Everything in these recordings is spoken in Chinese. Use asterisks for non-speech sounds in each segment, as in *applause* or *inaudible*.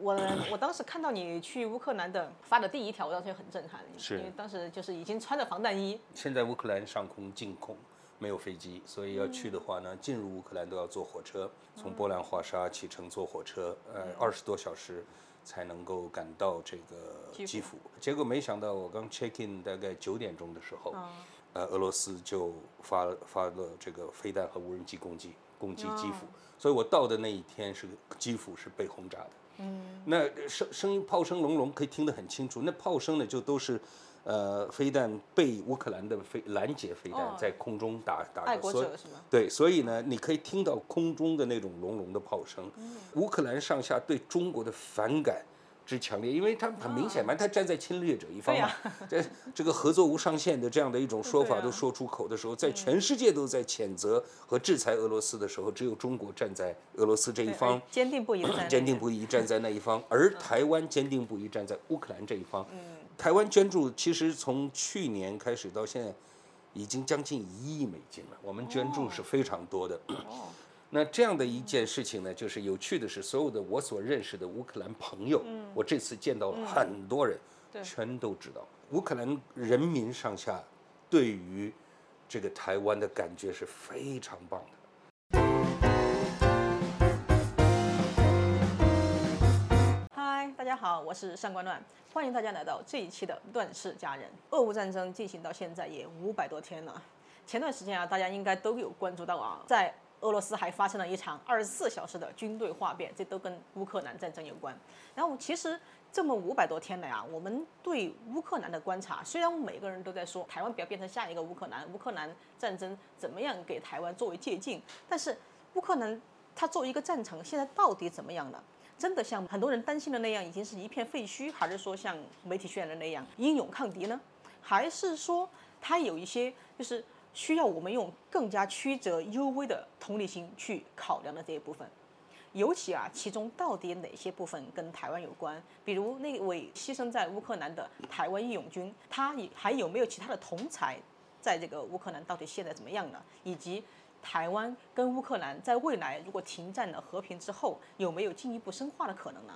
我我当时看到你去乌克兰的发的第一条，我当时就很震撼，是因为当时就是已经穿着防弹衣，现在乌克兰上空禁空，没有飞机，所以要去的话呢，进入乌克兰都要坐火车，从波兰华沙启程坐火车，呃，二十多小时才能够赶到这个基辅。结果没想到，我刚 check in 大概九点钟的时候，嗯呃，俄罗斯就发发了这个飞弹和无人机攻击攻击基哦辅，所以我到的那一天是基辅是被轰炸的。嗯那声声音炮声隆隆，可以听得很清楚。那炮声呢，就都是，呃，飞弹被乌克兰的飞拦截飞弹在空中打打哦的爱国所者是吗？对，所以呢，你可以听到空中的那种隆隆的炮声。嗯乌克兰上下对中国的反感之强烈，因为他们很明显哦嘛，他站在侵略者一方嘛。 *laughs* 这这个合作无上限的这样的一种说法对啊嗯都说出口的时候，在全世界都在谴责和制裁俄罗斯的时候，只有中国站在俄罗斯这一对方。坚定不移地在那坚定边不移站在那一嗯方，而台湾坚定不移站在乌克兰这一方。台湾捐助其实从去年开始到现在，已经将近一亿美金了。我们捐助是非常多的。哦， *clears throat* 那这样的一件事情呢，就是有趣的是，所有的我所认识的乌克兰朋友，我这次见到了很多人，嗯对全都知道乌克兰人民上下对于这个台湾的感觉是非常棒的。嗨，大家好，我是上官乱，欢迎大家来到这一期的《乱世佳人》。俄乌战争进行到现在也五百多天了，前段时间啊，大家应该都有关注到啊，在俄罗斯还发生了一场二十四小时的军队哗变，这都跟乌克兰战争有关。然后其实这么五百多天来啊，我们对乌克兰的观察，虽然我们每个人都在说台湾不要变成下一个乌克兰，乌克兰战争怎么样给台湾作为借鉴，但是乌克兰它作为一个战场，现在到底怎么样了？真的像很多人担心的那样，已经是一片废墟，还是说像媒体渲染的那样英勇抗敌呢？还是说它有一些就是需要我们用更加曲折幽微的同理心去考量的这一部分？尤其啊，其中到底哪些部分跟台湾有关？比如那位牺牲在乌克兰的台湾义勇军，他也还有没有其他的同才在这个乌克兰到底现在怎么样呢？以及台湾跟乌克兰在未来如果停战了和平之后，有没有进一步深化的可能呢？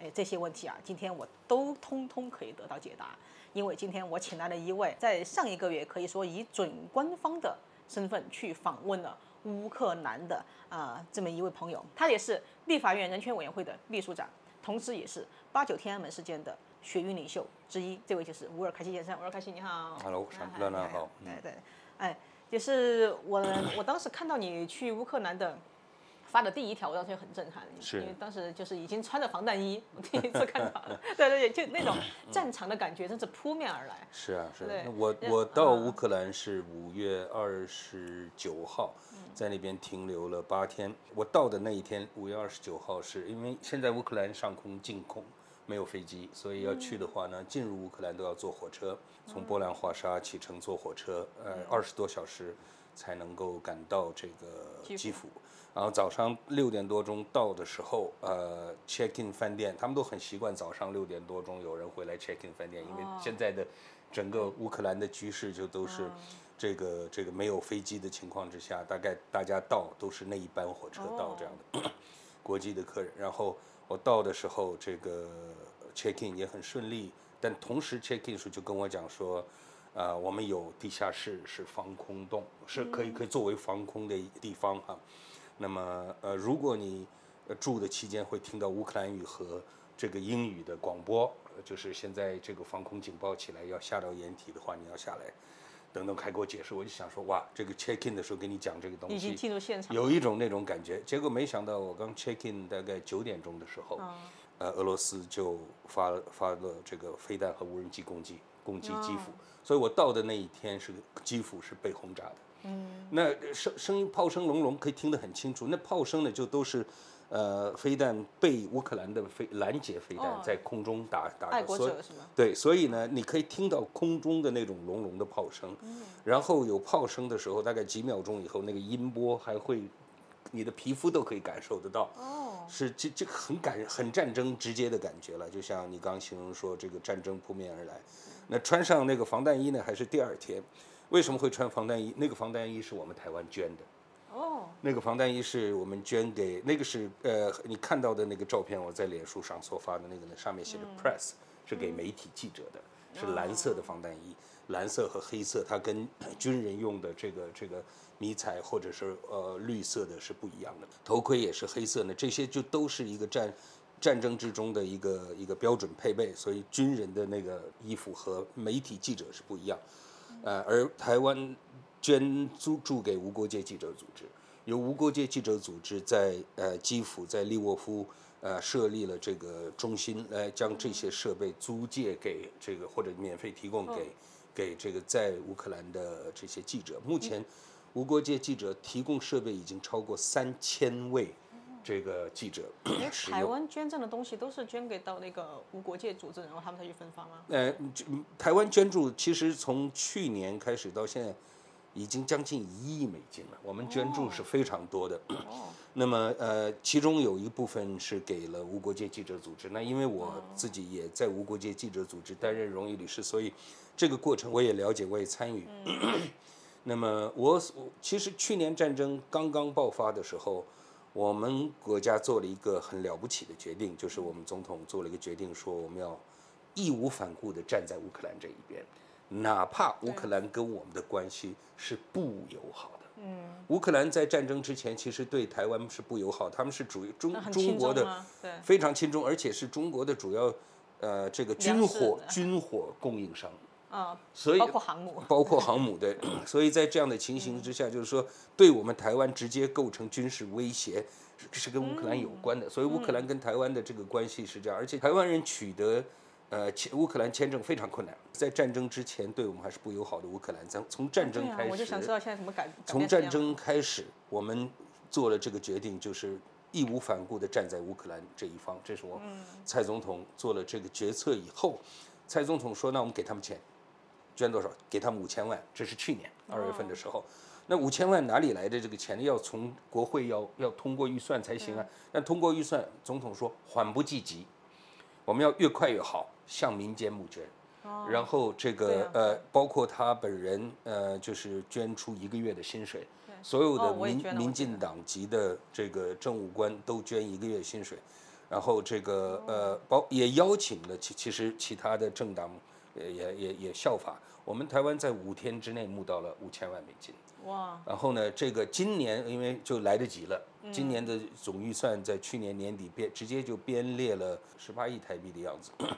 哎，这些问题啊，今天我都通通可以得到解答，因为今天我请来了一位在上一个月可以说以准官方的身份去访问了乌克兰的啊、这么一位朋友，他也是立法院人权委员会的秘书长，同时也是八九天安门事件的学运领袖之一，这位就是乌尔开西先生，乌尔开西你好 Hello，上乐乐好对对，哎，就是我我当时看到你去乌克兰的。发的第一条，我当时就很震撼，是因为当时就是已经穿着防弹衣，我第一次看到， *laughs* 对对对，就那种嗯战场的感觉，真是扑面而来。是啊，是啊对。那我那我到嗯乌克兰是五月二十九号，嗯在那边停留了八天。我到的那一天，五月二十九号是，因为现在乌克兰上空禁空，没有飞机，所以要去的话嗯呢，进入乌克兰都要坐火车，从波兰华沙启程坐火车，呃，嗯二十多小时才能够赶到这个基辅。然后早上六点多钟到的时候，呃，check in 饭店，他们都很习惯早上六点多钟有人会来 check in 饭店，因为现在的整个乌克兰的局势就都是这个这个没有飞机的情况之下，大概大家到都是那一班火车到这样的、国际的客人。然后我到的时候，这个 check in 也很顺利，但同时 check in 时就跟我讲说。呃，我们有地下室是防空洞，是可以可以作为防空的地方哈、那么呃，如果你呃住的期间会听到乌克兰语和这个英语的广播，呃就是现在这个防空警报起来要下到掩体的话，你要下来。等等，还给我解释，我就想说，哇，这个 check in 的时候给你讲这个东已经西，进入现场，嗯有一种那种感觉。结果没想到，我刚 check in 大概九点钟的时候，哦呃，俄罗斯就发发了这个飞弹和无人机攻击攻击基哦辅，所以我到的那一天是基辅是被轰炸的。嗯，那声声音炮声隆隆，可以听得很清楚。那炮声呢，就都是。呃，飞弹被乌克兰的飞拦截飞弹哦在空中打打爱的，国所以者是吗？对，所以呢，你可以听到空中的那种隆隆的炮声，然后有炮声的时候，大概几秒钟以后，那个音波还会，你的皮肤都可以感受得到，哦，是这这个很感很战争直接的感觉了，就像你刚形容说这个战争扑面而来，那穿上那个防弹衣呢，还是第二天，为什么会穿防弹衣？那个防弹衣是我们台湾捐的。哦，那个防弹衣是我们捐给那个是呃，你看到的那个照片，我在脸书上所发的那个呢，上面写着 press，、是给媒体记者的，是蓝色的防弹衣，蓝色和黑色，它跟呃军人用的这个这个迷彩或者是呃绿色的是不一样的，头盔也是黑色的，这些就都是一个战。战争之中的一个一个标准配备，所以军人的那个衣服和媒体记者是不一样。呃，而台湾捐租助给无国界记者组织，由无国界记者组织在呃基辅、在利沃夫呃设立了这个中心，来将这些设备租借给这个或者免费提供给、给这个在乌克兰的这些记者。目前，无国界记者提供设备已经超过三千位这个记者 *coughs* 使用哎台。湾捐赠的东西都是捐给到那个无国界组织，然后他们才去分发吗？呃，就台湾捐助其实从去年开始到现在，已经将近一亿美金了。我们捐助是非常多的。哦，那么呃，其中有一部分是给了无国界记者组织。那因为我自己也在无国界记者组织担任荣誉理事，所以这个过程我也了解，我也参与。那么我所其实去年战争刚刚爆发的时候，我们国家做了一个很了不起的决定，就是我们总统做了一个决定，说我们要义无反顾地站在乌克兰这一边，哪怕乌克兰跟我们的关系是不友好的。嗯，乌克兰在战争之前其实对台湾是不友好，他们是主中那很中轻啊国重的吗？对，非常亲中，而且是中国的主要呃这个军火粮食军火供应商，啊，所以包括航母，包括航母对，所以在这样的情形之下，就是说对我们台湾直接构成军事威胁，是是跟乌克兰有关的。所以乌克兰跟台湾的这个关系是这样，而且台湾人取得呃签乌克兰签证非常困难，在战争之前对我们还是不友好的乌克兰，从从战争对啊开始，我就想知道现在怎么改。改从变这战样争开始，我们做了这个决定，就是义无反顾地站在乌克兰这一方。这是我嗯蔡总统做了这个决策以后，蔡总统说：“那我们给他们钱，捐多少？给他们五千万。”这是去年二月份的时哦候。那五千万哪里来的这个钱？要从国会要要通过预算才行啊。但通过预算，总统说缓不济急，我们要越快越好，向民间募捐。然后这哦对个、啊呃，包括他本人呃，就是捐出一个月的薪水，所有的哦我也民、捐了我民记得进党籍的这个政务官都捐一个月薪水，然后这哦个呃，包也邀请了其其实其他的政党呃也也也效法，我们台湾在五天之内募到了五千万美金。哇，然后呢，这个今年因为就来得及了，今年的总预算在去年年底编直接就编列了十八亿台币的样子， *coughs*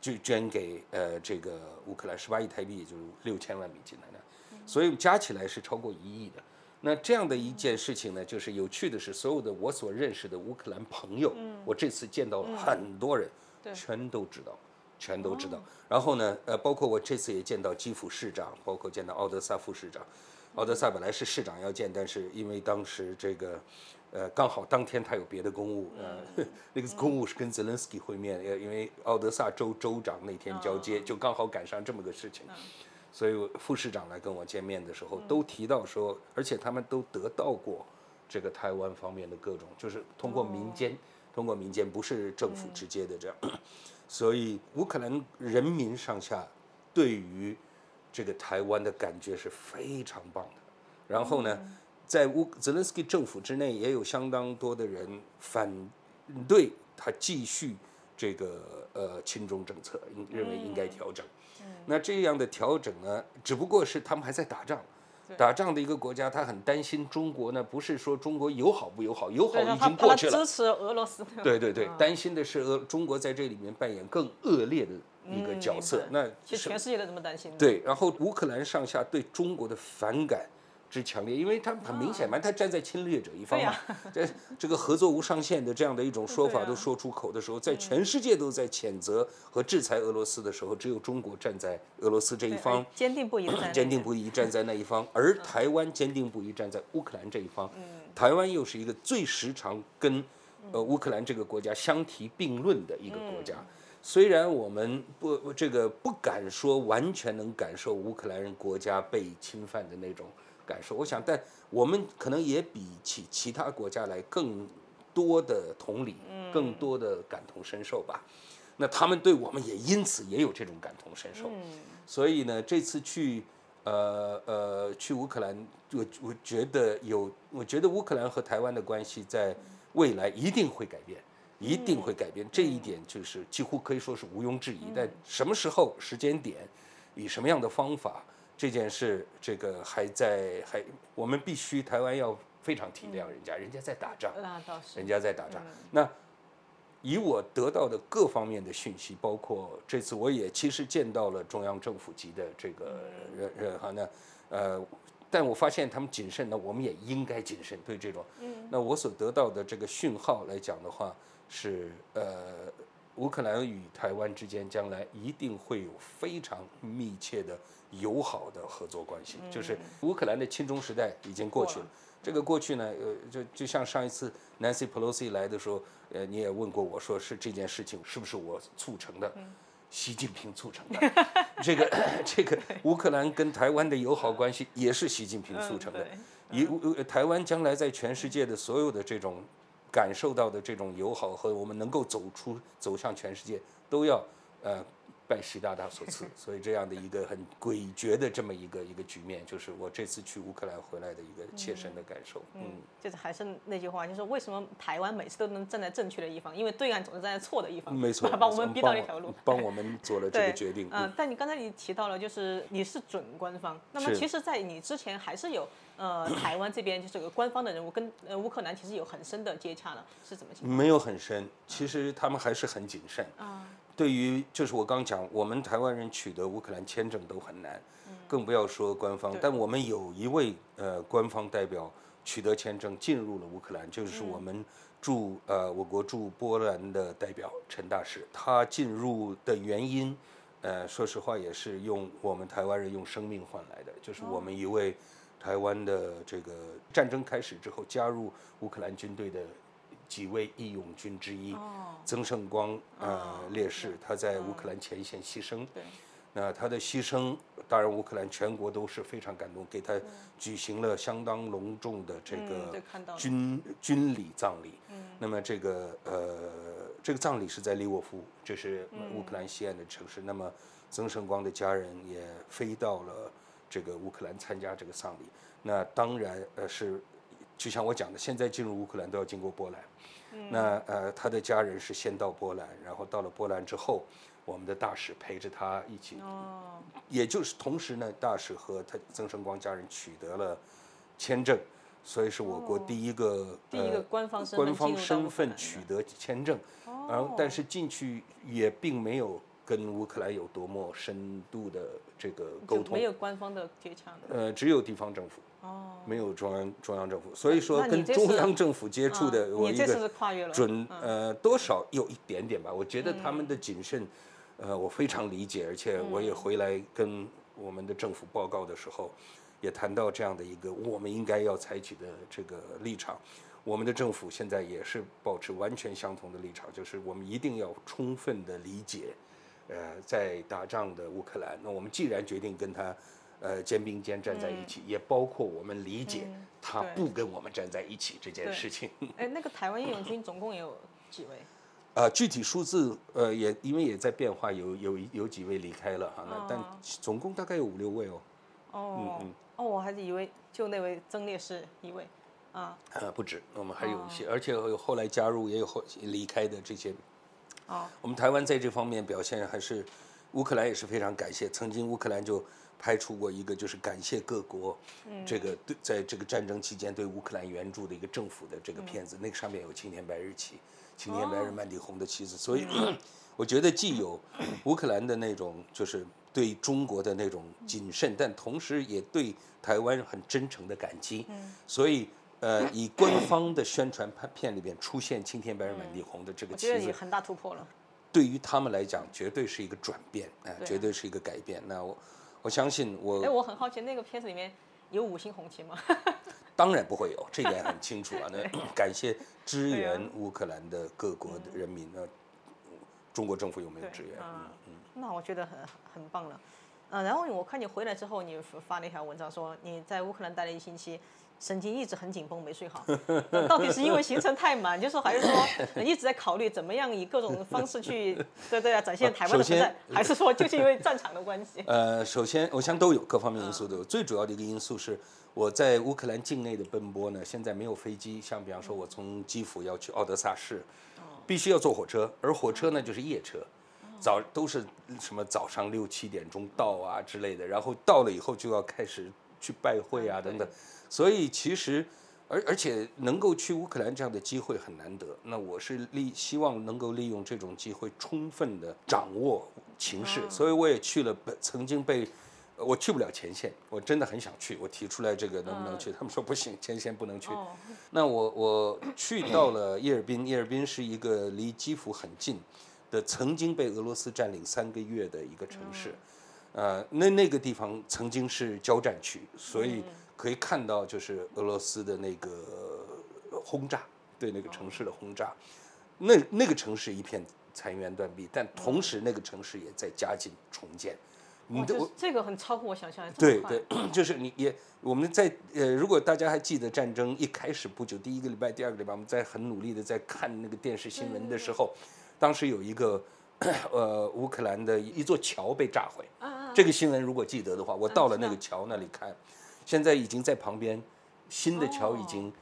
就捐给呃这个乌克兰十八亿台币，也就是六千万美金来的，所以加起来是超过一亿的。那这样的一件事情呢，就是有趣的是，所有的我所认识的乌克兰朋友，我这次见到了很多人，对全都知道，全都知道。然后呢，呃，包括我这次也见到基辅市长，包括见到奥德萨副市长。奥德萨本来是市长要见，但是因为当时这个，呃，刚好当天他有别的公务，呃， *laughs* 那个公务是跟泽连斯基会面，呃因为奥德萨州州长那天交接，就刚好赶上这么个事情。所以我副市长来跟我见面的时候，都提到说，而且他们都得到过这个台湾方面的各种，就是通过民间，通过民间不是政府直接的这样，所以乌克兰人民上下对于这个台湾的感觉是非常棒的。然后呢，嗯在乌泽连斯基政府之内也有相当多的人反对他继续这个呃亲中政策，应认为应该调整。嗯那这样的调整呢，只不过是他们还在打仗。打仗的一个国家，他很担心中国呢，不是说中国友好不友好，友好对，已他经他过去了，支持俄罗斯， *laughs* 对对嗯对，担心的是俄中国在这里面扮演更恶劣的一个角色。嗯那其实是全世界都这么担心的。对，然后乌克兰上下对中国的反感之强烈，因为他们很明显嗯嘛，他站在侵略者一方嘛，这 *laughs* 这个合作无上限的这样的一种说法对啊嗯都说出口的时候，在全世界都在谴责和制裁俄罗斯的时候，只有中国站在俄罗斯这一对，方哎。坚定不移的坚定不移站在那一方，而台湾坚定不移站在乌克兰这一方。台湾又是一个最时常跟呃乌克兰这个国家相提并论的一个国家。虽然我们不这个不敢说完全能感受乌克兰人国家被侵犯的那种感受，我想，但我们可能也比起其他国家来更多的同理，更多的感同身受吧。那他们对我们也因此也有这种感同身受。所以呢，这次去呃呃，去乌克兰，我我觉得有，我觉得乌克兰和台湾的关系在未来一定会改变，一定会改变，这一点就是几乎可以说是毋庸置疑。但什么时候、时间点，以什么样的方法，这件事，这个还在还，我们必须台湾要非常体谅人家，人家在打仗，那啊倒是人家在打仗。那以我得到的各方面的讯息，包括这次我也其实见到了中央政府级的这个人人哈那呃，但我发现他们谨慎，那我们也应该谨慎对这种。那我所得到的这个讯号来讲的话，是呃，乌克兰与台湾之间将来一定会有非常密切的友好的合作关系，就是乌克兰的亲中时代已经过去过了。这个过去呢，呃，就就像上一次 Nancy Pelosi 来的时候，呃，你也问过我说是这件事情是不是我促成的，习近平促成的。 *laughs* 这个 *clears throat* 这个乌克兰跟台湾的友好关系也是习近平促成的。嗯以呃台湾将来在全世界的所有的这种感受到的这种友好和我们能够走出走向全世界，都要呃拜习大大所 *laughs* 赐。所以这样的一个很诡谲的这么一个一个局面，就是我这次去乌克兰回来的一个切身的感受。嗯，就是还是那句话，就是为什么台湾每次都能站在正确的一方，因为对岸总是站在错的一方，嗯没 *laughs* 错，把把我没错们逼到一条路。帮我帮我们做了这对，个决定。嗯、但你刚才你提到了，就是你是准官方，那么是其实，在你之前还是有呃台湾这边就是有个官方的人物跟呃乌克兰其实有很深的接洽了，是怎么情嗯没有很深，其实他们还是很谨慎。啊，对于就是我刚讲，我们台湾人取得乌克兰签证都很难，嗯更不要说官方。但我们有一位呃官方代表取得签证进入了乌克兰，就是嗯我们驻、呃我国驻波兰的代表陈大使，他进入的原因。呃，说实话，也是用我们台湾人用生命换来的，就是我们一位台湾的这个战争开始之后加入乌克兰军队的几位义勇军之一，哦曾胜光呃烈士，他在乌克兰前线牺牲。对，那他的牺牲，当然乌克兰全国都是非常感动，给他举行了相当隆重的这嗯个对看到了嗯军军礼葬礼。那么这个呃，这个葬礼是在利沃夫，这是乌克兰西岸的城嗯市。那么曾胜光的家人也飞到了这个乌克兰参加这个丧礼。那当然呃是，就像我讲的，现在进入乌克兰都要经过波兰。嗯那呃，他的家人是先到波兰，然后到了波兰之后，我们的大使陪着他一起况？哦，也就是同时呢，大使和他曾胜光家人取得了签证，所以是我国第一个、哦第一个呃官方身份官方进入到乌身克兰份的取得签证，哦然后但是进去也并没有跟乌克兰有多么深度的这个沟就没通，有官方的接洽的。呃，只有地方政府。哦，没有中央中央政府，所以说那你跟这中次央政府接触的，啊我你一这个次是跨越了嗯准呃多少有一点点吧。我觉得他们的谨慎，嗯呃，我非常理解，而且我也回来跟我们的政府报告的时候，也谈到这样的一个我们应该要采取的这个立场。我们的政府现在也是保持完全相同的立场，就是我们一定要充分的理解，呃，在打仗的乌克兰，那我们既然决定跟他，呃，肩并肩站在一起，也包括我们理解他嗯对不跟我们站在一起这件事情。哎，那个台湾义 *coughs* 勇军总共有几位？啊，具体数字呃也因为也在变化，有有有几位离开了哈，那、但哦总共大概有五六位哦，哦，哦，我还是以为就那位曾烈士一位啊。呃不止，我们还有一些，而且有后来加入也有后离开的这些。哦，我们台湾在这方面表现还是，乌克兰也是非常感谢，曾经乌克兰就拍出过一个就是感谢各国，嗯这个对在这个战争期间对乌克兰援助的一个政府的这嗯个片子，那个上面有青天白日旗，青天白哦日满地红的旗子，所以我觉得既有乌克兰的那种就是对中国的那种嗯谨慎，但同时也对台湾很真诚的感激，嗯所以。呃，以官方的宣传片里边出现“青天白日满地红”的这个我旗觉得子也，很大突破了。对于他们来讲，绝对是一个转变，对哎、啊绝对是一个改变。那我我相信我哎，我很好奇那个片子里面有五星红旗吗？ *laughs* 当然不会有，这点很清楚啊。那 *clears throat* 感谢支对啊援乌克兰的各国的人民，那中国政府有没有支援？嗯啊，那我觉得很很棒啊了。嗯、然后我看你回来之后，你发发了一条文章说你在乌克兰待了一星期，神经一直很紧绷，没睡 *laughs* 好。那到底是因为行程太满，就是还是说一直在考虑怎么样以各种方式去 *laughs* 对对啊展现台湾的存在首，还是说就是因为战场的关系？呃，首先我想都有，各方面嗯因素都有。最主要的一个因素是我在乌克兰境内的奔波呢，现在没有飞机，像比方嗯说我从基辅要去奥德萨市，哦必须要坐火车，而火车呢就是夜车。早都是什么早上六七点钟到啊之类的，然后到了以后就要开始去拜会啊等等，所以其实，而而且能够去乌克兰这样的机会很难得，那我是利希望能够利用这种机会充分的掌握情势，所以我也去了本曾经被。呃我去不了前线，我真的很想去。我提出来这个能不能去，他 *laughs* 们说不行，前线不能去。嗯哦，那我我去到了叶尔 *coughs* 宾，叶尔宾是一个离基辅很近的，曾经被俄罗斯占领三个月的一个城嗯市。呃，那那个地方曾经是交战区，所嗯以可以看到就是俄罗斯的那个呃轰炸，对那个城市的轰炸。那那个城市一片残垣断壁，但同时那个城市也在加紧重建。哇你的这嗯我这个很超乎我想象，这对么快对， *clears throat* 就是你也我们在呃，如果大家还记得战争一开始不久，第一个礼拜、第二个礼拜，我们在很努力的在看那个电视新闻的时候，当时有一个 *clears throat* 呃乌克兰的一座桥被炸毁，啊啊，这个新闻如果记得的话，我到了那知个道桥那里看，现在已经在旁边，新的桥哦已嗯经。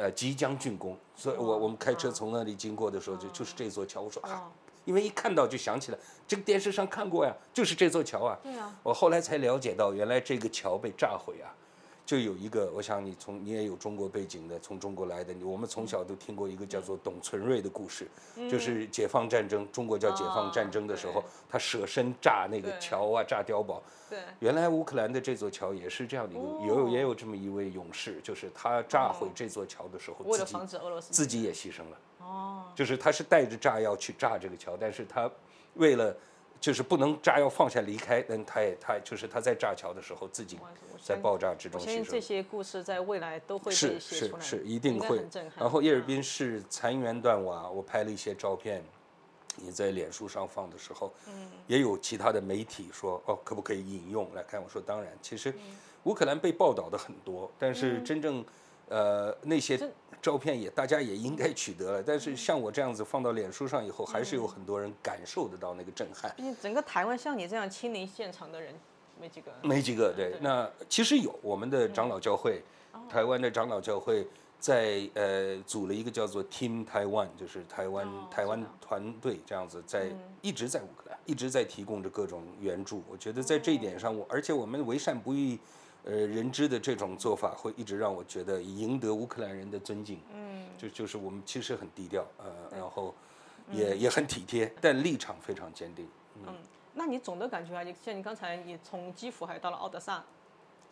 呃，即将竣工，所以我我们开车从那里经过的时候，就就是这座桥。我说啊哦，因为一看到就想起来，这个电视上看过呀，就是这座桥啊。对啊，我后来才了解到，原来这个桥被炸毁啊，就有一个，我想你从你也有中国背景的，从中国来的，你我们从小都听过一个叫做董存瑞的故事，嗯就是解放战争，中国叫解放战争的时候，啊对他舍身炸那个对桥啊，炸碉堡。对，原来乌克兰的这座桥也是这样的一个，也哦有也有这么一位勇士，就是他炸毁这座桥的时候，嗯为自了己防止俄罗斯自己也牺牲了。哦，就是他是带着炸药去炸这个桥，但是他为了就是不能炸药放下离开，但他也他就是他在炸桥的时候自己哇我在相爆炸之我中相牺信这牲。些故事在未来都会被是写是出来的，哦是，一定应该会很震。撼嗯然后叶尔宾是残垣断瓦，我拍了一些照片，也在脸书上放的时候，嗯也有其他的媒体说哦，可不可以引用来看？我说当然。其实嗯乌克兰被报道的很多，但是真正呃那些这照片也大家也应该取得了。但嗯是像我这样子放到脸书上以后，还是有很多人感受得到那个震撼。毕竟整个台湾像你这样亲临现场的人没几个。没几个，对。那其实有我们的长老教会，哦台湾的长老教会在呃组了一个叫做 Team Taiwan，就是台湾、哦台湾知道嗯团队这样子在，一直在乌克兰，一直在提供着各种援助。我觉得在这一点哦上，我而且我们为善不欲。呃，人知的这种做法会一直让我觉得赢得乌克兰人的尊敬。嗯，就就是我们其实很低调，呃，然后也、嗯也很体贴，但立场非常坚定。那你总的感觉啊，你像你刚才你从基辅还到了奥德萨，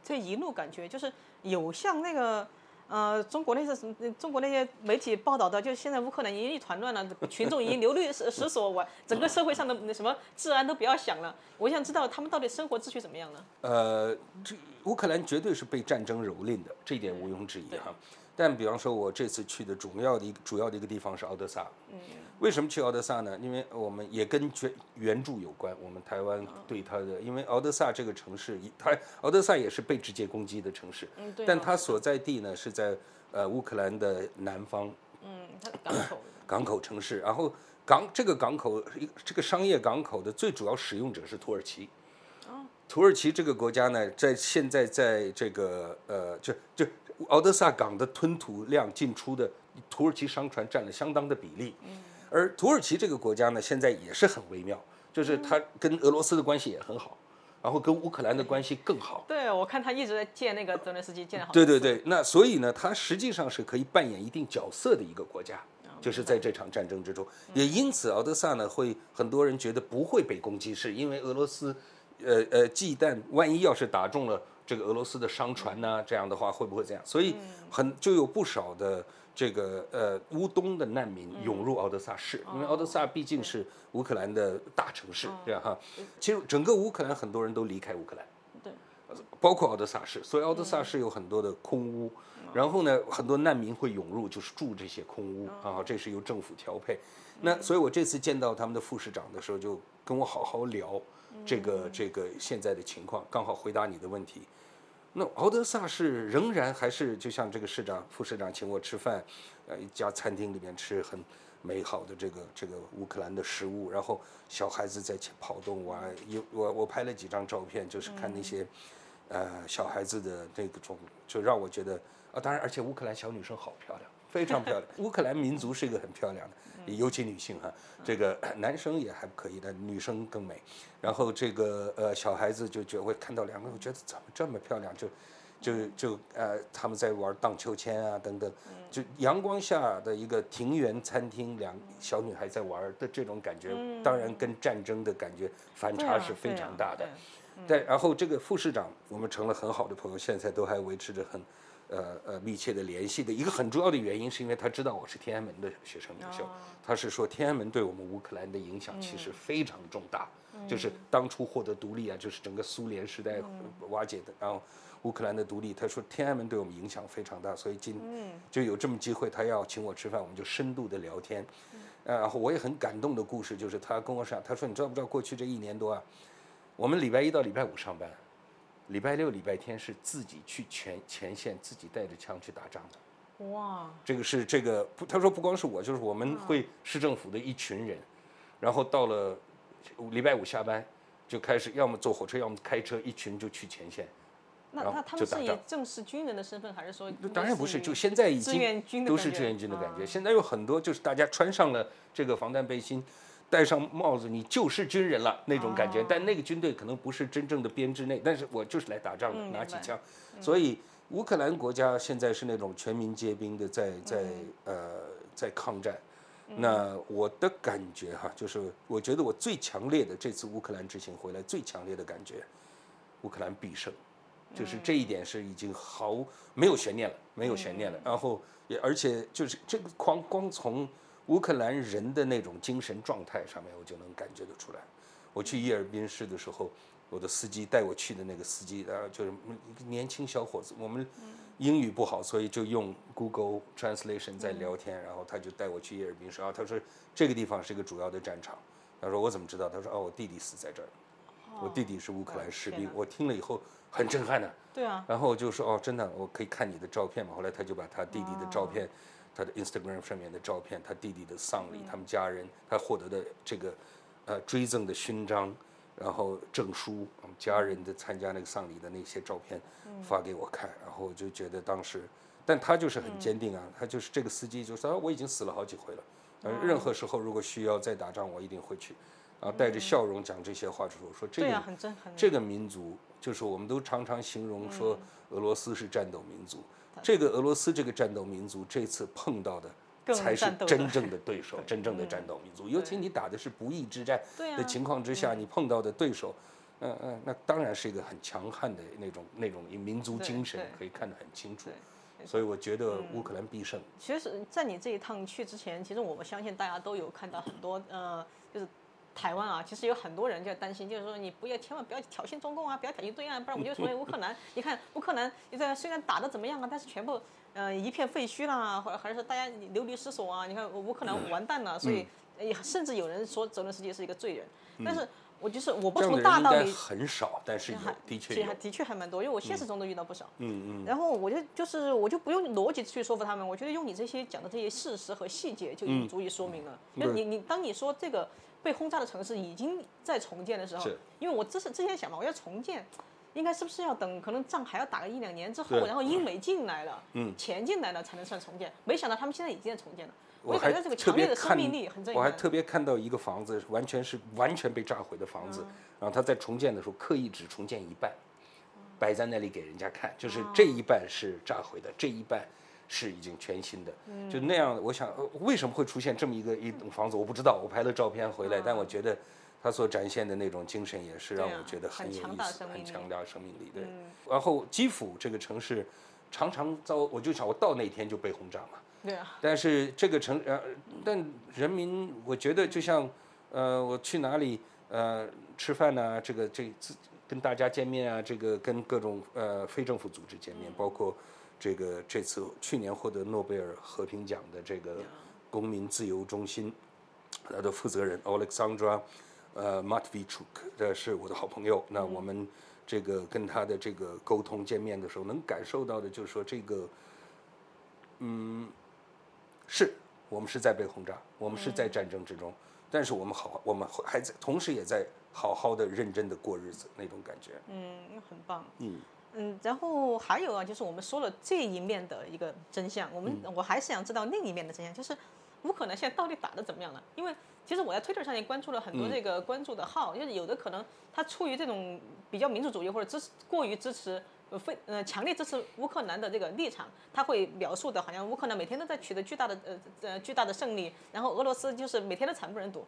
这一路感觉就是有像那个。呃，中国那些什么，中国那些媒体报道的，就是现在乌克兰已经一团乱了，群众已经流离失失所，我整个社会上的那什么治安都不要想了。我想知道他们到底生活秩序怎么样 *laughs* 呢？呃，这乌克兰绝对是被战争蹂躏的，这一点毋庸置疑哈。但比方说，我这次去的主要的一个主要的一个地方是奥德萨。嗯。为什么去奥德萨呢？因为我们也跟援援助有关，我们台湾嗯对它的，因为奥德萨这个城市，它奥德萨也是被直接攻击的城市，嗯，对啊、但它所在地呢是在呃乌克兰的南方，嗯，他港口港口城市，然后港这个港口这个商业港口的最主要使用者是土耳其。土耳其这个国家呢，在现在在这个呃，就就敖德萨港的吞吐量进出的土耳其商船占了相当的比例。而土耳其这个国家呢，现在也是很微妙，就是它跟俄罗斯的关系也很好，然后跟乌克兰的关系更好。对，我看他一直在建那个泽连斯基建的好。对啊对对，那所以呢，它实际上是可以扮演一定角色的一个国家，就是在这场战争之中。也因此，敖德萨呢，会很多人觉得不会被攻击，是因为俄罗斯，呃呃，忌惮万一要是打中了这个俄罗斯的商船呐、这样的话会不会这样？所以很就有不少的。这个呃，乌东的难民涌入敖德萨市，因为敖德萨毕竟是乌克兰的大城市，这样哈。其实整个乌克兰很多人都离开乌克兰，对，包括敖德萨市，所以敖德萨市有很多的空屋，然后呢，很多难民会涌入，就是住这些空屋啊，这是由政府调配。那所以我这次见到他们的副市长的时候，就跟我好好聊这个这个现在的情况，刚好回答你的问题。那敖德萨是仍然还是就像这个市长、副市长请我吃饭，呃，一家餐厅里面吃很美好的这个这个乌克兰的食物，然后小孩子在前跑动玩，有我我拍了几张照片，就是看那些、呃小孩子的那种，就让我觉得啊，当然，而且乌克兰小女生好漂亮。非 *laughs* 常漂亮，乌克兰民族是一个很漂亮的，嗯尤其女性哈、这个男生也还可以的，女生更美。然后这个呃小孩子就觉得会看到两个，我觉得怎么这么漂亮，嗯就就就呃他们在玩荡秋千啊等等，嗯就阳光下的一个庭园餐厅，两小女孩在玩的这种感觉，当然跟战争的感觉反嗯对差啊是非对常啊大的。对对，然后这个副市长，我们成了很好的朋友，现在都还维持着很，呃呃密切的联系的。一个很重要的原因是因为他知道我是天安门的学生领袖，他是说天安门对我们乌克兰的影响其实非常重大，就是当初获得独立啊，就是整个苏联时代瓦解的，然后乌克兰的独立，他说天安门对我们影响非常大，所以今就有这么机会，他要请我吃饭，我们就深度的聊天。呃，然后我也很感动的故事就是他跟我说，他说你知道不知道过去这一年多啊，我们礼拜一到礼拜五上班，礼拜六、礼拜天是自己去前前线，自己带着枪去打仗的。哇，这个是这个，不他说不光是我，就是我们会市政府的一群人，然后到了礼拜五下班就开始，要么坐火车，要么开车，一群就去前线。那然后他他就们打是以仗正式军人的身份，还是说当然不是，类似就于现在已志经愿军的都感是觉志愿军的感啊觉。现在有很多就是大家穿上了这个防弹背心，戴上帽子，你就是军人了那种感啊觉。但那个军队可能不是真正的编制内，但是我就是来打仗的，嗯拿明起白枪。所以乌克兰国家现在是那种全民皆兵的嗯在，在呃在抗战。那我的感觉哈，就是我觉得我最强烈的这次乌克兰之行回来最强烈的感觉，乌克兰必胜。嗯就是这一点是已经毫没有悬念了，没有悬念了。然后也而且就是这个光光从乌克兰人的那种精神状态上面，我就能感觉得出来。我去伊尔宾市的时候，我的司机带我去的那个司机啊，就是一个年轻小伙子，我们嗯英语不好，所以就用 Google Translation 嗯在聊天，然后他就带我去伊尔宾市啊，他说这个地方是一个主要的战场。他说我怎么知道？他说哦，我弟弟死在这儿，我弟弟是乌克兰士哦天兵哪。我听了以后很震撼的、对啊，然后我就说哦，真的，我可以看你的照片吗？后来他就把他弟弟的哦照片，他的 Instagram 上面的照片，他弟弟的丧嗯礼，他们家人，他获得的这个呃追赠的勋章，然后证书，嗯家人的参加那个丧礼的那些照片嗯发给我看，然后我就觉得当时，但他就是嗯很坚定啊，他就是这个司机就说、啊、我已经死了好几回了，呃，哦任何时候如果需要再打仗，我一定会去。然后带着笑容讲这些话的时候，我说这嗯个对啊，很震撼。这个民族，就是我们都常常形容嗯说俄罗斯是战斗民族。这个俄罗斯这个战斗民族，这次碰到的更才是战斗的嗯真正的对手，真正的战斗民族。尤其你打的是不义之战对啊的情况之下，你碰到的对手，嗯嗯，那当然是一个很强悍的那种那种民族对精神对，可以看得很清楚对。嗯所以我觉得乌克兰必胜。其实，在你这一趟去之前，其实我们相信大家都有看到很多呃，就是台湾啊，其实有很多人就在担心，就是说你不要千万不要挑衅中共啊，不要挑衅对岸，不然我们就成为乌克兰。你看乌克兰现在虽然打得怎么样啊，但是全部呃一片废墟啦，或者还是大家流离失所啊。你看乌克兰完蛋了，所嗯以也甚至有人说泽连斯基是一个罪人，但是。我就是我不这从样的人大应道该理很少，但是有还，的其确实还有。的确还蛮多，因为我现实中都遇到不少。嗯嗯。然后我就就是我就不用逻辑去说服他们，我觉得用你这些讲的这些事实和细节就已嗯经足以说明了。就你你当你说这个被轰炸的城市已经在重建的时候是，因为我之前之前想嘛，我要重建。应该是不是要等可能仗还要打个一两年之后，对然后英美进来了，嗯，钱进来了才能算重建。没想到他们现在已经在重建了，我我就感还觉这个特强别烈的看，生命力很震我还撼。特别看到一个房子，完全是完全被炸毁的房嗯子，然后他在重建的时候刻意只重建一半，嗯摆在那里给人家看，就是哦这一半是炸毁的，这一半是已经全新的，嗯就那样。我想、呃为什么会出现这么一个一栋房子，我不知道。我拍了照片回来，但我觉得他所展现的那种精神也是让嗯对啊我觉得很有意思，强很大的生命力嗯强大的生命力。对，然后基辅这个城市常常遭，我就想我到那天就被轰炸嘛。对啊，但是这个城呃，但人民我觉得就像呃，我去哪里呃吃饭呐、这个这自跟大家见面啊，这个跟各种呃非政府组织见面，包括这个这次去年获得诺贝尔和平奖的这个公民自由中心，它的负责人 Alexandra 呃 Matvichuk，这是我的好朋友。那我们这个跟他的这个沟通见面的时候，能感受到的就是说这个，嗯，是我们是在被轰炸，我们是在战争之中，但是我们好，我们还在，同时也在好好的、认真的过日子那种感觉。嗯，很棒。嗯嗯，然后还有啊，就是我们说了这一面的一个真相，我们、我还是想知道另一面的真相，就是乌克兰现在到底打的怎么样了？因为其实我在推特上也关注了很多这个关注的号，就是有的可能他出于这种比较民主主义或者支持过于支持。呃非呃强烈支持乌克兰的这个立场，他会描述的好像乌克兰每天都在取得巨大的呃呃巨大的胜利，然后俄罗斯就是每天都惨不忍睹。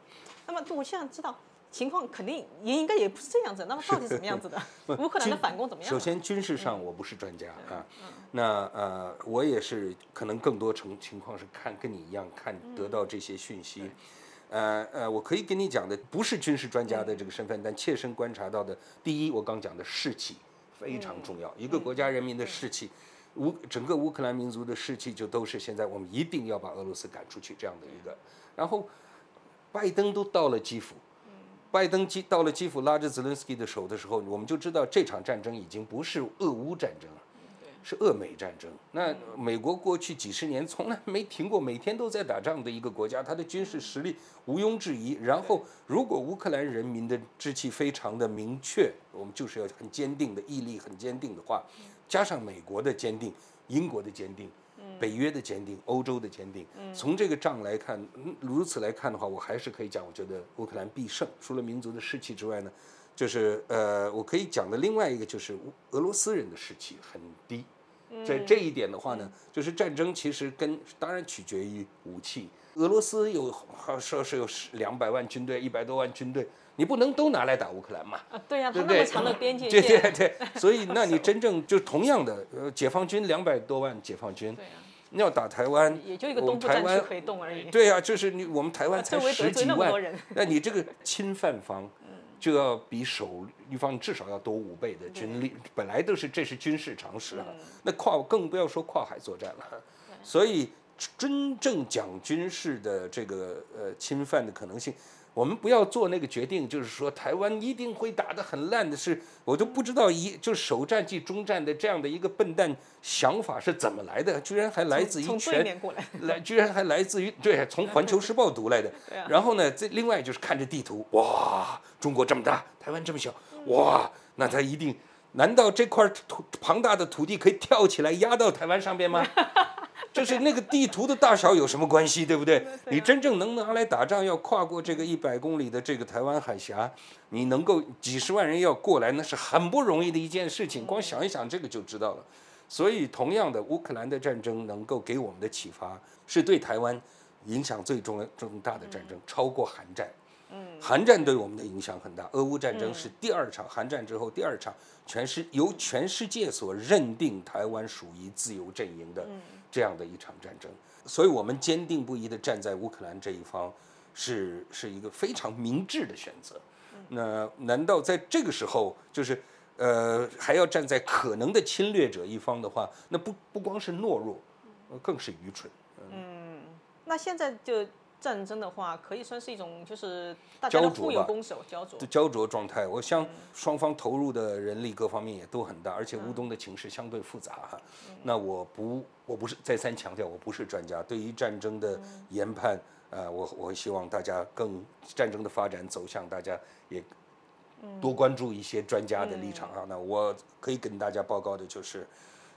那么我现在知道情况肯定也应该也不是这样子，那么到底怎么样子的？ *laughs* 乌克兰的嗯反攻怎么样首呢？先，军事上我不是专家啊，那呃，我也是可能更多情情况是看跟你一样看得到这些讯嗯息，呃呃，我可以跟你讲的不是军事专家的这个身份，但切身观察到的，第一，我刚讲的士气非常重嗯要，一个国家人民的士气。乌整个乌克兰民族的士气就都是现在我们一定要把俄罗斯赶出去这样的一个，然后拜登都到了基辅，拜登基到了基辅拉着泽连斯基的手的时候，我们就知道这场战争已经不是俄乌战争了，是俄美战争。那美国过去几十年从来没停过，每天都在打仗的一个国家，它的军事实力毋庸置疑。然后，如果乌克兰人民的志气非常的明确，我们就是要很坚定的毅力，很坚定的话，加上美国的坚定，英国的坚定。嗯北约的坚定，欧洲的坚定，从这个仗来看，嗯如此来看的话，我还是可以讲，我觉得乌克兰必胜。除了民族的士气之外呢，就是呃，我可以讲的另外一个就是乌俄罗斯人的士气很低。嗯在这一点的话呢，就是战争其实跟当然取决于武器。俄罗斯有好说是有两百万军队，一百多万军队，你不能都拿来打乌克兰嘛。啊，对呀、对他不那么对长的边 *laughs* 界对线，对对对，*laughs* 所以那你真正就同样的，呃，解放军两百多万解放军，呀、你要打台湾，也就一个我东们部台战区湾可以动而已。对呀、就是你我们台湾才周围啊得十罪几那么万多人，嗯那你这个侵犯方就要比守一方至少要多五倍的军力，本来都是这是军事常识啊，嗯那跨更不要说跨海作战了，所以真正讲军事的这个呃侵犯的可能性。我们不要做那个决定，就是说台湾一定会打得很烂的是，我都不知道一就是首战即中战的这样的一个笨蛋想法是怎么来的，居然还来自从于对全面过来， *laughs* 来，居然还来自于对，从《环球时报》读来的。对啊然后呢，这另外就是看着地图，哇，中国这么大，台湾这么小，哇，那他一定，难道这块土庞大的土地可以跳起来压到台湾上边吗？就是那个地图的大小有什么关系，对不对？你真正能拿来打仗，要跨过这个一百公里的这个台湾海峡，你能够几十万人要过来，那是很不容易的一件事情。光想一想这个就知道了。所以，同样的，乌克兰的战争能够给我们的启发，是对台湾影响最重重大的战争，超过韩战。嗯，韩战对我们的影响很大，俄乌战争是第二场，韩战之后第二场，全世由全世界所认定台湾属于自由阵营的这样的一场战争，所以我们坚定不移地站在乌克兰这一方，是是一个非常明智的选择。那难道在这个时候，就是呃还要站在可能的侵略者一方的话，那不不光是懦弱，呃更是愚蠢。那现在就战争的话，可以算是一种就是大家焦都灼互有吧攻守焦灼的。焦灼状态。我想双方投入的人力各方面也都很大，而且乌东的情势相对复杂哈。那我不，我不是再三强调，我不是专家，对于战争的研判，呃，我我希望大家更战争的发展走向，大家也多关注一些专家的立场啊。那我可以跟大家报告的就是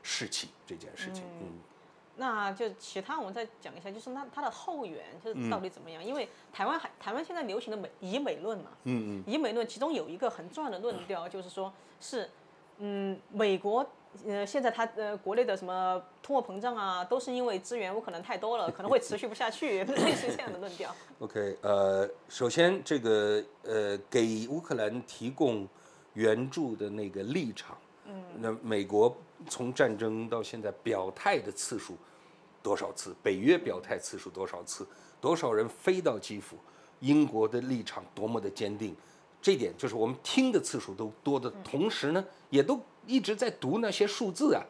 士气这件事情，嗯。那就其他我们再讲一下，就是那它的后援就是嗯到底怎么样？因为台湾还台湾现在流行的美以美论嘛，嗯嗯，以美论其中有一个很重要的论调就是说是，嗯，美国。呃，现在它呃国内的什么通货膨胀啊，都是因为资源乌可能太多了，可能会持续不下去， *laughs* 类似这样的论调。 OK，呃，首先这个呃，给乌克兰提供援助的那个立场，嗯，那美国从战争到现在表态的次数多少次？北约表态次数多少次？多少人飞到基辅？英国的立场多么的坚定，这点就是我们听的次数都多的同时呢，也都一直在读那些数字啊。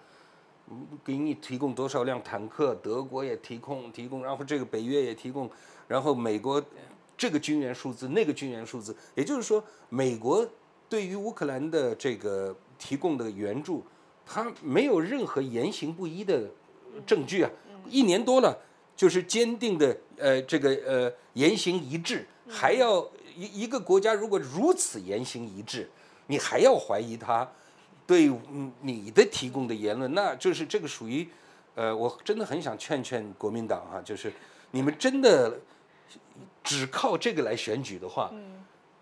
给你提供多少辆坦克，德国也提供提供，然后这个北约也提供，然后美国这个军援数字，那个军援数字，也就是说，美国对于乌克兰的这个提供的援助，他没有任何言行不一的证据啊，一年多了，就是坚定的呃这个呃言行一致，还要一一个国家如果如此言行一致，你还要怀疑他对嗯你的提供的言论，那就是这个属于呃，我真的很想劝劝国民党哈、就是你们真的只靠这个来选举的话，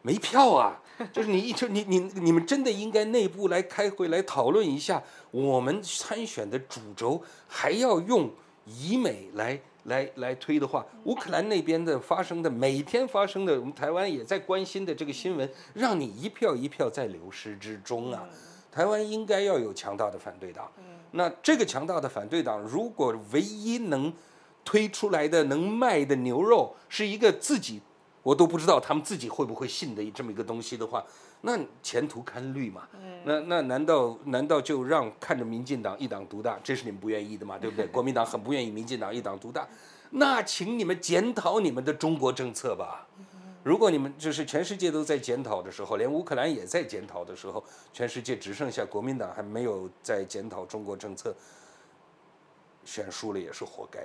没票啊！ *laughs* 就是你一就你你你们真的应该内部来开会来讨论一下，我们参选的主轴还要用以美来来来推的话，乌克兰那边的发生的每天发生的，我们台湾也在关心的这个新闻，让你一票一票在流失之中啊！台湾应该要有强大的反对党。那这个强大的反对党，如果唯一能推出来的能卖的牛肉是一个自己我都不知道他们自己会不会信的这么一个东西的话，那前途堪虑嘛。那那难道难道就让看着民进党一党独大，这是你们不愿意的嘛，对不对？国民党很不愿意民进党一党独大，那请你们检讨你们的中国政策吧。如果你们就是全世界都在检讨的时候，连乌克兰也在检讨的时候，全世界只剩下国民党还没有在检讨中国政策，选输了也是活该。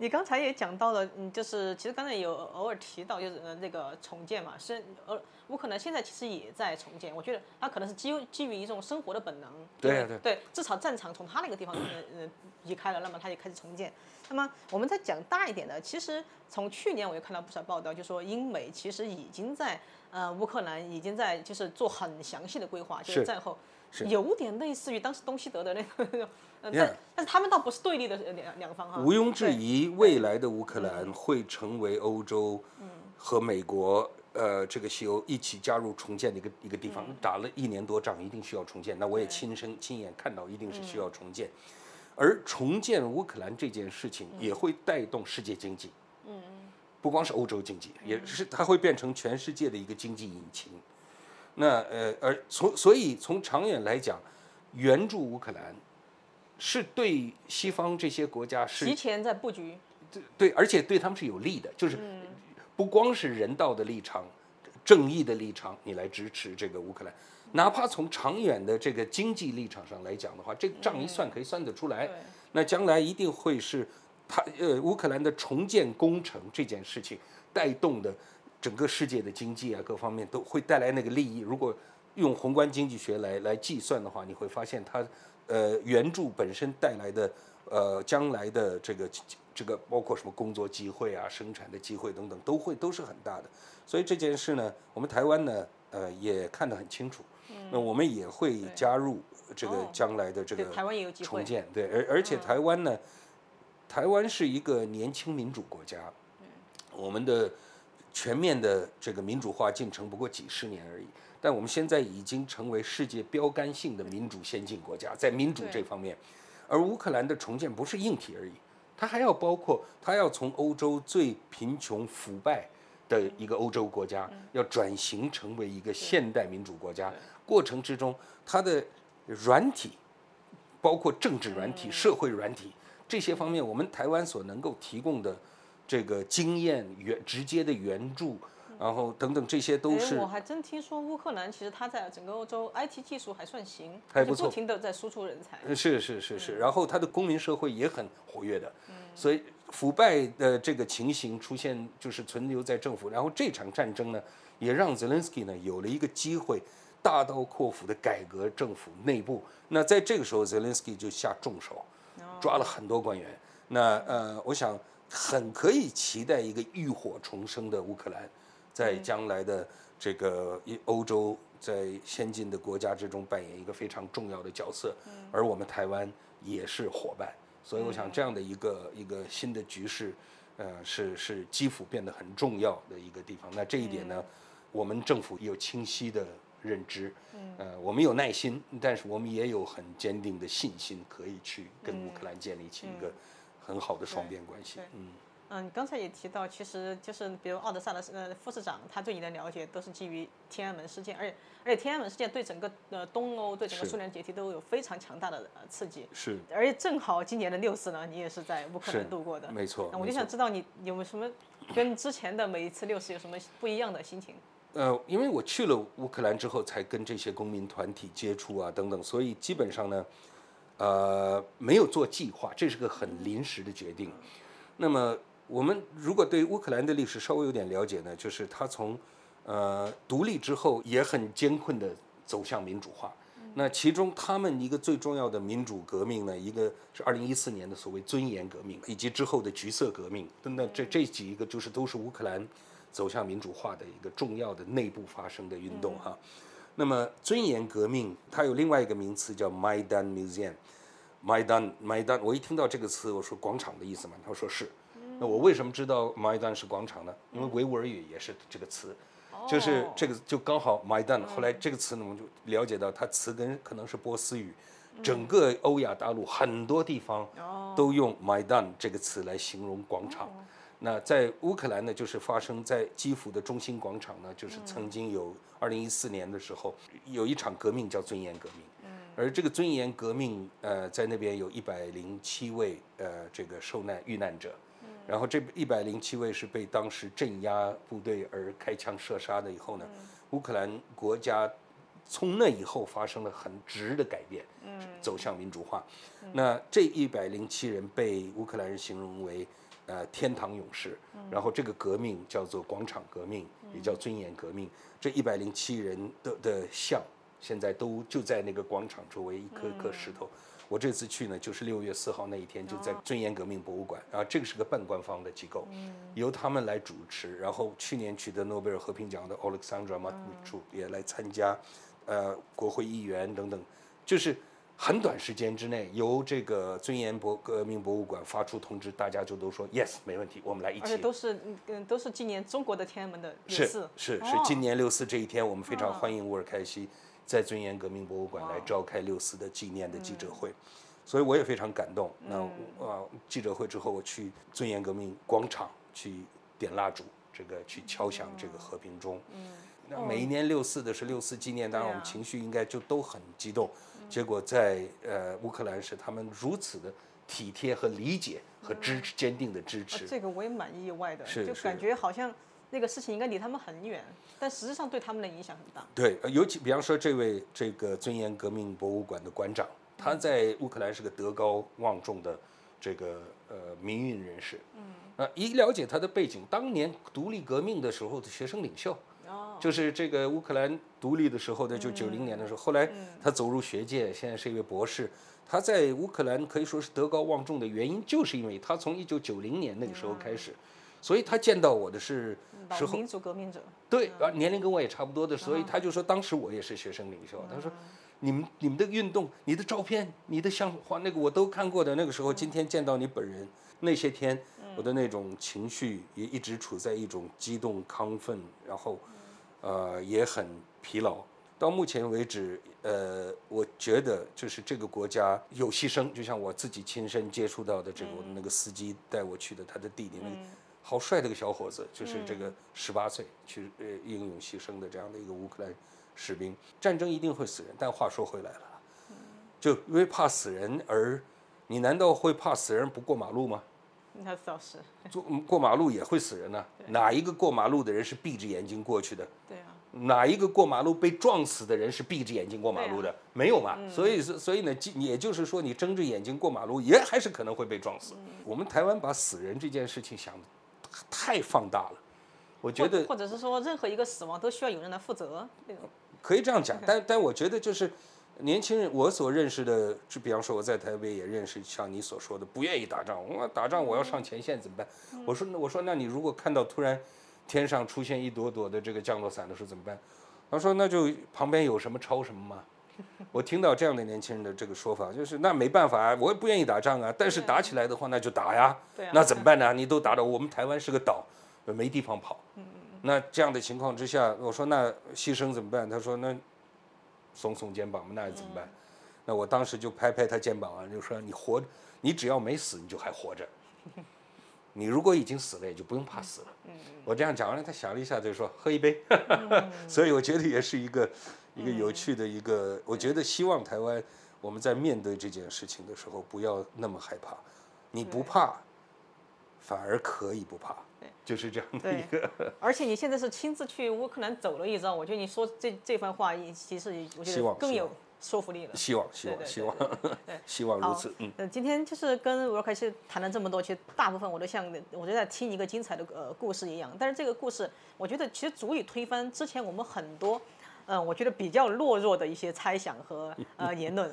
你刚才也讲到了，嗯，就是其实刚才有偶尔提到，就是呃那个重建嘛，是呃乌克兰现在其实也在重建，我觉得它可能是基于基于一种生活的本能，对因啊为对，至少战场从他那个地方呃呃移开了，那么他也开始重建。那么我们再讲大一点的，其实从去年我也看到不少报道，就说英美其实已经在呃乌克兰已经在就是做很详细的规划，就是是战后是有点类似于当时东西德的那个，呃 Yeah 但但是他们倒不是对立的呃两两方哈，毋庸置对疑，未来的乌克兰会成为欧洲和美国。呃，这个西欧一起加入重建的一个一个地方，打了一年多仗，一定需要重建。那我也亲身亲眼看到，一定是需要重建。而重建乌克兰这件事情，也会带动世界经济。不光是欧洲经济，也是它会变成全世界的一个经济引擎。那呃，而从所以从长远来讲，援助乌克兰是对西方这些国家是提前在布局。对对，而且对他们是有利的，就是不光是人道的立场、正义的立场，你来支持这个乌克兰，哪怕从长远的这个经济立场上来讲的话，这个账一算可以算得出来。对那将来一定会是他呃乌克兰的重建工程这件事情带动的整个世界的经济啊各方面都会带来那个利益。如果用宏观经济学来来计算的话，你会发现它呃援助本身带来的呃将来的这个这个包括什么工作机会啊、生产的机会等等，都会都是很大的。所以这件事呢，我们台湾呢呃也看得很清楚。那我们也会加入这个嗯哦将来的这个对台湾也有机会嗯重建，对，而而且台湾呢，台湾是一个年轻民主国家，嗯我们的全面的这个民主化进程不过几十年而已，但我们现在已经成为世界标杆性的民主先进国家，在民主这对方面，而乌克兰的重建不是硬体而已，它还要包括它要从欧洲最贫穷腐败。的一个欧洲国家要转型成为一个现代民主国家，过程之中，它的软体包括政治软体、社会软体这些方面，我们台湾所能够提供的这个经验、援直接的援助，然后等等这些都哎，是我还真听说乌克兰其实它在整个欧洲 IT 技术还算行，还就不是错不停的在输出人才。呃是是是是，然后他的公民社会也很活跃的，所以腐败的这个情形出现就是存留在政府，然后这场战争呢，也让 Zelensky 呢有了一个机会。大刀阔斧的改革政府内部，那在这个时候，Zelensky 就下重手，抓了很多官员。那呃，我想很可以期待一个浴火重生的乌克兰，在嗯将来的这个一欧洲在先进的国家之中扮演一个非常重要的角色，嗯而我们台湾也是伙伴，所以我想这样的一个一个新的局势，呃，是是基辅变得很重要的一个地方。那这一点呢，嗯我们政府有清晰的认知，嗯呃，我们有耐心，但是我们也有很坚定的信心，可以去跟乌克兰建立起一个很好的双边关嗯系对。嗯，嗯，你刚才也提到，其实就是比如奥德萨的呃副市长，他对你的了解都是基于天安门事件，而且而且天安门事件对整个呃东欧对整个是苏联解体都有非常强大的呃刺激。是而且正好今年的六四呢，你也是在乌克是兰度过的，没错那我没就错想知道你有没有什么跟之前的每一次六四有什么不一样的心情？呃，因为我去了乌克兰之后，才跟这些公民团体接触啊，等等，所以基本上呢，呃，没有做计划，这是个很临时的决定。那么，我们如果对乌克兰的历史稍微有点了解呢，就是它从呃独立之后也很艰困的走向民主化。那其中他们一个最重要的民主革命呢，一个是二零一四年的所谓尊严革命，以及之后的橘色革命。那这这几个就是都是乌克兰走向民主化的一个重要的内部发生的运动哈。那么尊严革命它有另外一个名词叫 Maidan Museum。Maidan Maidan，我一听到这个词，我说广场的意思嘛，他说是。那我为什么知道 Maidan 是广场呢？因为维吾尔语也是这个词。就是这个就刚好 Maidan，后来这个词呢，我们就了解到它词根可能是波斯语，整个欧亚大陆很多地方都用 Maidan 这个词来形容广场。那在乌克兰呢，就是发生在基辅的中心广场呢，就是曾经有二零一四年的时候有一场革命叫尊严革命，而这个尊严革命呃，在那边有一百零七位呃这个受难遇难者。然后这一百零七位是被当时镇压部队而开枪射杀的。以后呢，乌克兰国家从那以后发生了很直的改变，走向民主化。那这一百零七人被乌克兰人形容为呃天堂勇士。然后这个革命叫做广场革命，也叫尊严革命。这一百零七人的的像现在都就在那个广场周围一颗颗石头。我这次去呢，就是六月四号那一天，就在尊严革命博物馆啊，这个是个半官方的机构，由他们来主持。然后去年取得诺贝尔和平奖的 Alexandra Matvichuk 也来参加，呃，国会议员等等，就是很短时间之内，由这个尊严博革命博物馆发出通知，大家就都说 yes 没问题，我们来一而且起。都是嗯嗯都是今年中国的天安门的是也是是是哦，嗯今年六四这一天，我们非常欢迎乌尔开西在尊严革命博物馆来召开六四的纪念的记嗯者会，所以我也非常感动。那啊，记者会之后，我去尊严革命广场去点蜡烛，这个去敲响这个和平钟。那每一年六四的是六四纪念，当然我们嗯哦对啊嗯情绪应该就都很激动。结果在呃乌克兰是他们如此的体贴和理解和支持坚定的支啊持，这个我也蛮意外的，是就是感觉好像那个事情应该离他们很远，但实际上对他们的影响很大。对，呃尤其比方说这位这个尊严革命博物馆的馆长，他在乌克兰是个德高望重的这个呃民运人士。嗯，那一了解他的背景，当年独立革命的时候的学生领袖，哦，就是这个乌克兰独立的时候呢，就九零年的时候，后来他走入学界，现在是一位博士。他在乌克兰可以说是德高望重的原因，就是因为他从一九九零年那个时候开始，所以他见到我的是老时候民主革命者，对，啊，年龄跟我也差不多的，所以他就说当时我也是学生领袖。他说，你们你们的运动、你的照片、你的像画那个我都看过的。那个时候，今天见到你本人，那些天我的那种情绪也一直处在一种激动、亢奋，然后呃也很疲劳。到目前为止，呃，我觉得就是这个国家有牺牲，就像我自己亲身接触到的这个、我那个司机带我去的他的弟弟，那个好帅的一个小伙子，就是这个十八岁去呃英勇牺牲的这样的一个乌克兰士兵。战争一定会死人，但话说回来了，啊就因为怕死人而你难道会怕死人不过马路吗？那倒是，坐过马路也会死人呢、哪一个过马路的人是闭着眼睛过去的？ *laughs* 对啊，哪一个过马路被撞死的人是闭着眼睛过马路的？没有嘛。所以是，所以呢，即也就是说，你睁着眼睛过马路，也还是可能会被撞死。我们台湾把死人这件事情想得太放大了，我觉或得或者是说任何一个死亡都需要有人来负责那 *laughs* 种。可以这样讲，嗯但但我觉得就是年轻人，我所认识的，就比方说我在台北也认识像你所说的不愿意打仗，我打仗我要上前线怎么办？嗯我说那我说那你如果看到突然天上出现一朵朵的这个降落伞的时候怎么办？他说那就旁边有什么抄什么 *laughs* 嘛。我听到这样的年轻人的这个说法，就是那没办法啊，我也不愿意打仗啊，但是打起来的话那就打呀，对啊那怎么办呢？你都打到我们台湾是个岛，没地方跑。那这样的情况之下，我说那牺牲怎么办？他说那耸耸肩膀嘛，那怎么嗯办？那我当时就拍拍他肩膀啊，就说你活，你只要没死，你就还活着。 *laughs* 你如果已经死了，也就不用怕死了。嗯我这样讲完了，他想了一下，就说喝一杯。 *laughs* 所以我觉得也是一个嗯一个有趣的一个，我觉得希望台湾我们在面对这件事情的时候，不要那么害怕。你不怕，反而可以不怕。就是这样的对一个。而且你现在是亲自去乌克兰走了一遭，我觉得你说这这番话，其实我觉希得望更希有望说服力了。希望，希对望，对希对望， *laughs* 希望如此。嗯，呃，今天就是跟吴若开始谈了这么多，其实大部分我都像我就在听一个精彩的呃故事一样。但是这个故事，我觉得其实足以推翻之前我们很多，嗯、我觉得比较懦弱的一些猜想和呃言论。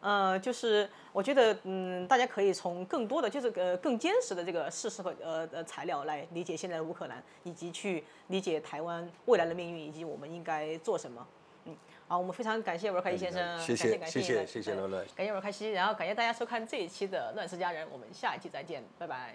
呃，就是我觉得，嗯，大家可以从更多的，就是呃更坚实的这个事实和呃呃材料来理解现在的乌克兰，以及去理解台湾未来的命运，以及我们应该做什么。嗯，好，我们非常感谢吴若开先生，哎嗯谢感谢，感谢谢谢，感谢谢呃伦伦。感谢我开心，然后感谢大家收看这一期的《乱世佳人》，我们下一期再见，拜拜。